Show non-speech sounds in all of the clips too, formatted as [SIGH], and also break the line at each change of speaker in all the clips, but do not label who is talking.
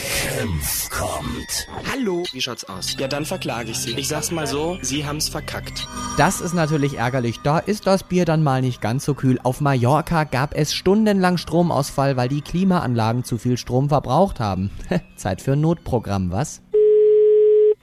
Senf kommt.
Hallo. Wie schaut's aus? Ja, dann verklage ich Sie. Ich sag's mal so, Sie haben's verkackt.
Das ist natürlich ärgerlich. Da ist das Bier dann mal nicht ganz so kühl. Auf Mallorca gab es stundenlang Stromausfall, weil die Klimaanlagen zu viel Strom verbraucht haben. [LAUGHS] Zeit für ein Notprogramm, was?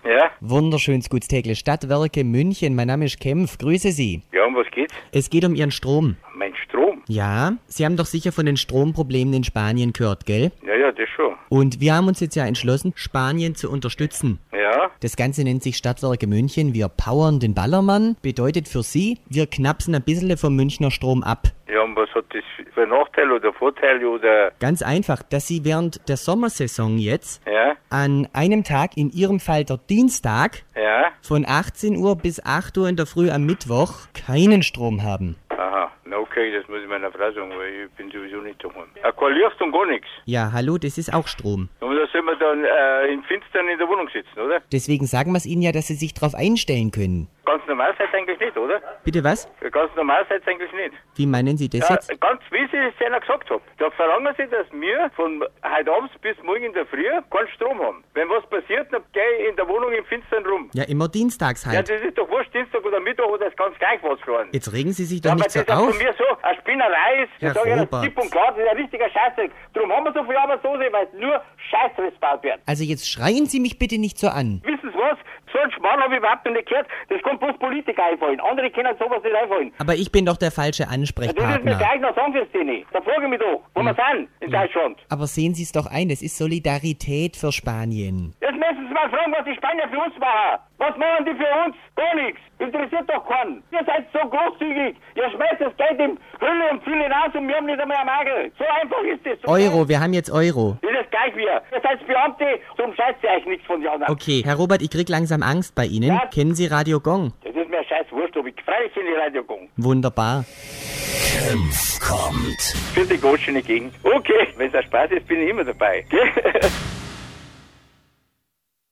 Ja?
Wunderschöns Guts Tegle Stadtwerke München. Mein Name ist Kempf. Grüße Sie.
Ja, um was geht's?
Es geht um Ihren Strom.
Mein Strom.
Ja, Sie haben doch sicher von den Stromproblemen in Spanien gehört, gell?
Ja, ja, das schon.
Und wir haben uns jetzt ja entschlossen, Spanien zu unterstützen.
Ja?
Das Ganze nennt sich Stadtwerke München. Wir powern den Ballermann. Bedeutet für Sie, wir knapsen ein bisschen vom Münchner Strom ab.
Ja, und was hat das für Nachteile oder Vorteile oder...
Ganz einfach, dass Sie während der Sommersaison jetzt
Ja?
an einem Tag, in Ihrem Fall der Dienstag,
Ja?
von 18 Uhr bis 8 Uhr in der Früh am Mittwoch keinen Strom haben.
Aha. Na okay, das muss ich meiner Frau sagen, weil ich bin sowieso nicht daheim. Äh, kein Licht und gar nichts.
Ja, hallo, das ist auch Strom.
Und da soll man dann äh, im Finstern in der Wohnung sitzen, oder?
Deswegen sagen wir es Ihnen ja, dass Sie sich darauf einstellen können.
Ganz normal seid eigentlich nicht, oder?
Bitte was?
Ganz normal seid eigentlich nicht.
Wie meinen Sie das
Ja,
jetzt?
ganz wie ich es denen gesagt habe. Da verlangen sie, dass wir von heute Abend bis morgen in der Früh keinen Strom haben. Wenn was passiert, dann gehe ich in der Wohnung im Finstern rum.
Ja, immer dienstags
Ja,
halt.
das ist doch wurscht, Dienstag oder Mittwoch oder ist ganz gleich was geworden.
Jetzt regen Sie sich doch
Ja,
nicht so
das ist
auf.
von mir so eine Spinnerei ist.
Herr
Ich sage
Robert.
das klipp und klar, das ist ein richtiger Scheißdreck. Darum haben wir so viel Arbeitslose, weil es nur Scheißdreck gebaut wird.
Also jetzt schreien Sie mich bitte nicht so an.
Wissen Sie was? So einen Schmarrn habe ich überhaupt noch nicht gehört. Das kommt bloß Politiker einfallen. Andere können sowas nicht einfallen.
Aber ich bin doch der falsche
Das ist mir
Ansprechpartner.
gleich noch sagen für Szene. Da frage ich mich doch,
Hm.
wo wir sind in Deutschland.
Aber sehen Sie es doch ein, es ist Solidarität für Spanien.
Jetzt müssen Sie mal fragen, was die Spanier für uns machen. Was machen die für uns? Gar nichts. Interessiert doch keinen. Ihr seid so großzügig. Ihr schmeißt das Geld in Hülle und Fülle raus und wir haben nicht einmal einen Magel. So einfach ist das.
Euro, wir haben jetzt Euro.
Das ist gleich wie ihr. Ihr seid Beamte, darum scheißt ihr euch nichts von den anderen.
Okay, Herr Robert, ich krieg langsam Angst bei Ihnen.
Ja.
Kennen Sie Radio Gong?
Das ist mir scheiß Wurscht, ob ich freilich in die Radio gegangen
Wunderbar.
Senf kommt.
Für die Goldschöne Gegend. Okay, wenn es ein Spaß ist, bin ich immer dabei. Gell?